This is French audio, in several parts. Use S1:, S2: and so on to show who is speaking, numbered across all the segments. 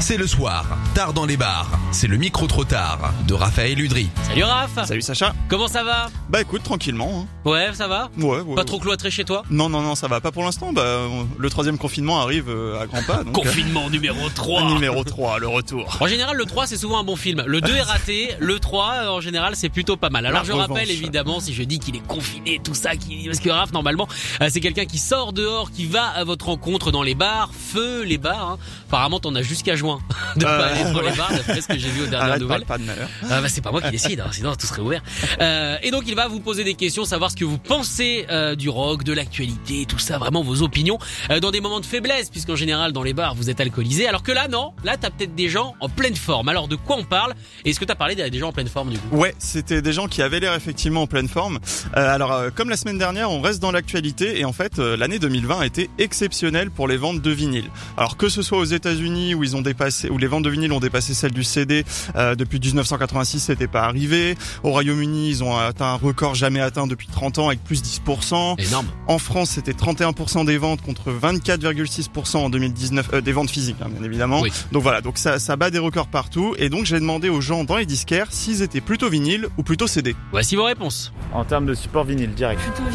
S1: C'est le soir, tard dans les bars. C'est le micro trop tard de Raphaël Udry.
S2: Salut Raph
S3: Salut Sacha.
S2: Comment ça va
S3: Bah écoute, tranquillement. hein.
S2: Ouais, ça va
S3: Ouais, ouais.
S2: Pas trop cloîtré chez toi
S3: Non, non, non, ça va pas pour l'instant. Bah, on- le troisième confinement arrive euh, à grands pas. Donc,
S2: Confinement numéro
S3: euh,
S2: 3
S3: numéro 3, le retour.
S2: En général, le 3, c'est souvent un bon film. Le 2 est raté, le 3, euh, en général, c'est plutôt pas mal. Alors,
S3: La
S2: je
S3: revanche.
S2: rappelle, évidemment, si je dis qu'il est confiné, tout ça, qu'il- parce que Raph, normalement, euh, c'est quelqu'un qui sort dehors, qui va à votre rencontre dans les bars, feu, les bars. hein. Apparemment, t'en as jusqu'à juin de pas
S3: Euh,
S2: aller dans les bars, d'après ce que j'ai vu aux dernières
S3: Arrête,
S2: nouvelles.
S3: parle pas de malheur.
S2: Ah bah, c'est pas moi qui décide, hein, sinon tout serait ouvert. Euh, et donc il va vous poser des questions, savoir ce que vous pensez euh, du rock, de l'actualité, tout ça, vraiment vos opinions, euh, dans des moments de faiblesse, puisqu'en général dans les bars vous êtes alcoolisé, alors que là non, là t'as peut-être des gens en pleine forme. Alors de quoi on parle Et Est-ce que t'as parlé des des gens en pleine forme du coup
S3: Ouais, c'était des gens qui avaient l'air effectivement en pleine forme. Euh, alors, euh, comme la semaine dernière, on reste dans l'actualité et en fait, euh, l'année 2020 a été exceptionnelle pour les ventes de vinyles. Alors que ce soit aux États-Unis où ils ont dépassé, où les ventes de vinyles ont dépassé celles du CD euh, depuis 1986, c'était pas arrivé. Au Royaume-Uni, ils ont atteint un record jamais atteint depuis 30 ans avec plus 10%.
S2: Énorme.
S3: En France, c'était 31% des ventes contre 24,6% en 2019 euh, des ventes physiques, hein, bien évidemment.
S2: Oui.
S3: Donc voilà, donc ça, ça bat des records partout. Et donc j'ai demandé aux gens dans les disquaires s'ils étaient plutôt vinyle ou plutôt CD.
S2: Voici vos réponses.
S4: En termes de support vinyle direct.
S5: Plutôt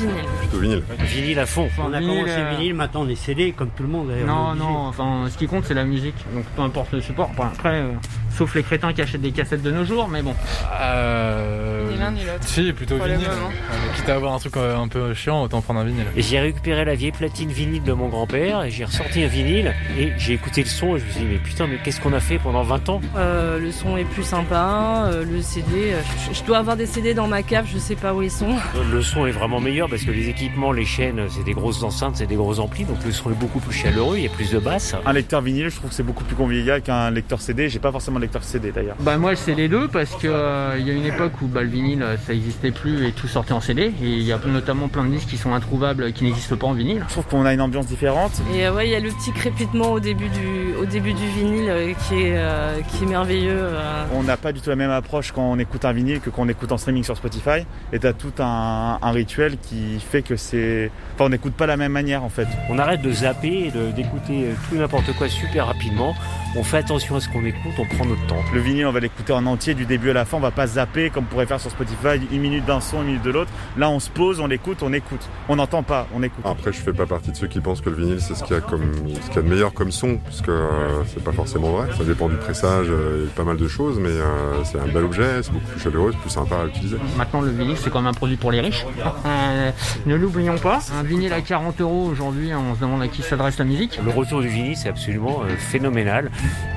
S5: vinyle.
S6: Vinyle à fond. On a
S7: Vinyle,
S6: commencé
S7: euh,
S6: vinyle, maintenant on est CD comme tout le monde. d'ailleurs, on est
S7: Non,
S6: obligé.
S7: non, enfin, ce qui compte, c'est la musique. Donc, peu importe le support. Enfin, après, euh, sauf les crétins qui achètent des cassettes de nos jours, mais bon.
S8: Euh...
S5: Ni l'un ni l'autre.
S8: Si, plutôt vinyle.
S5: Probablement.
S8: Ouais, mais quitte à avoir un truc euh, un peu chiant, autant prendre un vinyle.
S6: J'ai récupéré la vieille platine vinyle de mon grand-père et j'ai ressorti un vinyle et j'ai écouté le son et je me suis dit mais putain mais qu'est-ce qu'on a fait pendant 20 ans
S5: Euh, le son est plus sympa, euh, le CD. euh, je- je dois avoir des CD dans ma cave, je sais pas où ils sont.
S6: Le son est vraiment meilleur parce que les équipements, les chaînes, c'est des grosses enceintes, c'est des gros amplis donc le son est beaucoup plus chaleureux, il y a plus de basse.
S4: Un lecteur vinyle, je trouve que c'est beaucoup plus convivial qu'un lecteur CD. J'ai pas forcément de lecteur CD d'ailleurs.
S7: Bah, moi, c'est les deux parce que euh, il y a une époque où bah, le vinyle, euh, ça existait plus et tout sortait en CD. Et il y a notamment plein de disques qui sont introuvables, euh, qui n'existent pas en vinyle.
S4: Je trouve qu'on a une ambiance différente.
S5: Et euh, ouais, il y a le petit crépitement au début du, au début du vinyle euh, qui, est, euh, qui est merveilleux. euh.
S4: On n'a pas du tout la même approche quand on écoute un vinyle que quand on écoute en streaming sur Spotify. Et t'as tout un, un rituel qui fait que c'est. Enfin, on n'écoute pas la même manière en fait.
S6: On arrête de zapper et de- d'écouter tout n'importe quoi super rapidement. On fait attention à ce qu'on écoute, on prend notre temps.
S4: Le vinyle, on va l'écouter en entier du début à la fin. On va pas zapper comme on pourrait faire sur Spotify, une minute d'un son, une minute de l'autre. Là, on se pose, on l'écoute, on écoute. On n'entend pas, on écoute.
S9: Après, je fais pas partie de ceux qui pensent que le vinyle c'est ce qu'il y a comme ce qu'il y a de meilleur comme son, parce que euh, c'est pas forcément vrai. Ça dépend du pressage euh, et pas mal de choses, mais euh, c'est un bel objet, c'est beaucoup plus chaleureux, c'est plus sympa à utiliser.
S7: Maintenant, le vinyle, c'est quand même un produit pour les riches. Euh, ne l'oublions pas. Un vinyle à 40 euros aujourd'hui, on se demande à qui s'adresse la musique.
S6: Le retour du vinyle, c'est absolument euh, phénoménal.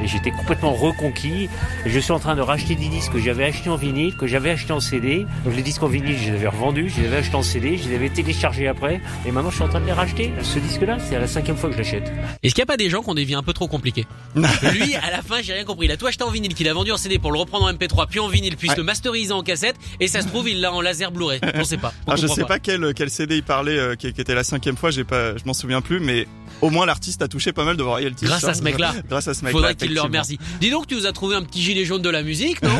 S6: Et j'étais complètement reconquis. Et je suis en train de racheter des disques que j'avais achetés en vinyle, que j'avais achetés en CD. Donc les disques en vinyle, je les avais revendus, je les avais achetés en CD, je les avais téléchargés après. Et maintenant, je suis en train de les racheter. Ce disque-là, c'est à la cinquième fois que je l'achète.
S2: Est-ce qu'il n'y a pas des gens qu'on devient un peu trop compliqués Lui, à la fin, j'ai rien compris. Il a tout acheté en vinyle, qu'il a vendu en CD pour le reprendre en MP3, puis en vinyle, puis
S3: Ouais.
S2: le masteriser en cassette, et ça se trouve, il l'a en laser Blu-ray. On sait pas. On
S3: Alors, Ah, je
S2: comprend
S3: sais pas quel, quel CD il parlait, euh, qui, qui était la cinquième fois, j'ai pas, je m'en souviens plus, mais au moins l'artiste a touché pas mal de royalties.
S2: Grâce à ce mec-là.
S3: Grâce à ce mec-là.
S2: Faudrait qu'il le
S3: effectivement.
S2: remercie. Dis donc, tu nous as trouvé un petit gilet jaune de la musique, non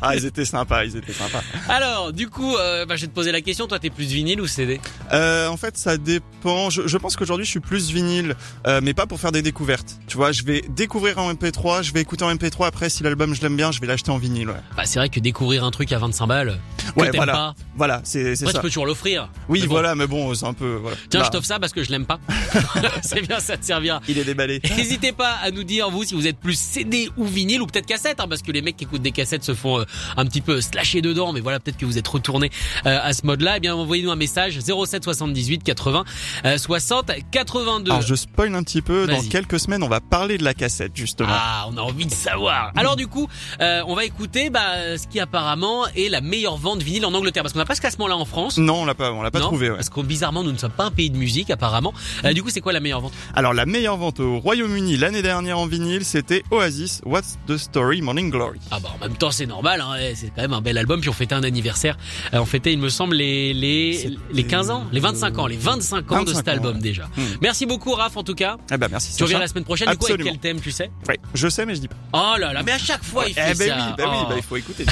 S3: Ah, ils étaient sympas, ils étaient sympas.
S2: Alors, du coup, euh, bah, je vais te poser la question. Toi, t'es plus vinyle ou CD
S3: Euh, en fait, ça dépend. Je, je pense qu'aujourd'hui, je suis plus vinyle, euh, mais pas pour faire des découvertes. Tu vois, je vais découvrir en MP3, je vais écouter en MP3. Après, si l'album je l'aime bien, je vais l'acheter en vinyle. Ouais,
S2: Bah, c'est vrai que découvrir un truc à 25 balles, que
S3: Ouais,
S2: t'aimes
S3: voilà,
S2: pas,
S3: voilà, c'est c'est
S2: moi,
S3: ça.
S2: tu peux toujours l'offrir.
S3: Oui,
S2: Mais bon,
S3: voilà, mais bon, c'est un peu. Voilà.
S2: Tiens,
S3: Bah,
S2: je t'offre ça parce que je l'aime pas. c'est bien, ça te servira.
S3: Il est déballé.
S2: N'hésitez pas à nous dire vous si vous êtes plus CD ou vinyle ou peut-être cassette, hein, parce que les mecs qui écoutent des cassettes se font euh, un petit peu slasher dedans, mais voilà peut-être que vous êtes retourné à ce mode-là. Eh bien envoyez-nous un message 07 78 80 euh, 60 82.
S3: Alors je spoil un petit peu, dans
S2: Vas-y.
S3: quelques semaines on va parler de la cassette justement.
S2: Ah, on a envie de savoir. Alors du coup, euh, on va écouter bah, ce qui apparemment est la meilleure vente vinyle en Angleterre, parce qu'on n'a pas ce classement-là en France.
S3: Non, on l'a pas, on l'a pas
S2: Non,
S3: trouvé. ouais.
S2: Parce que bizarrement, nous ne sommes pas un pays de musique apparemment. Euh, du coup, c'est quoi la meilleure vente
S3: Alors la meilleure vente au Royaume-Uni l'année dernière en vinyle, c'était Oasis. What's the story, Morning Glory.
S2: Ah bah en même temps c'est normal, hein, eh, c'est quand même un bel album, puis on fêtait un anniversaire, Euh, on fêtait il me semble les, les, les 15 ans, les 25 ans, les 25 ans de
S3: 25
S2: cet
S3: ans,
S2: album
S3: ouais.
S2: déjà.
S3: Hmm.
S2: Merci beaucoup Raph en tout cas,
S3: Eh ben merci.
S2: tu reviens
S3: Sacha.
S2: la semaine prochaine du coup
S3: Absolument.
S2: avec quel thème tu sais
S3: Ouais, je sais mais je dis pas.
S2: Oh là là, mais à chaque fois il fait
S3: eh ben
S2: ça.
S3: oui, ben oui,
S2: Oh.
S3: bah, il faut écouter.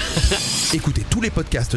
S1: Écoutez tous les podcasts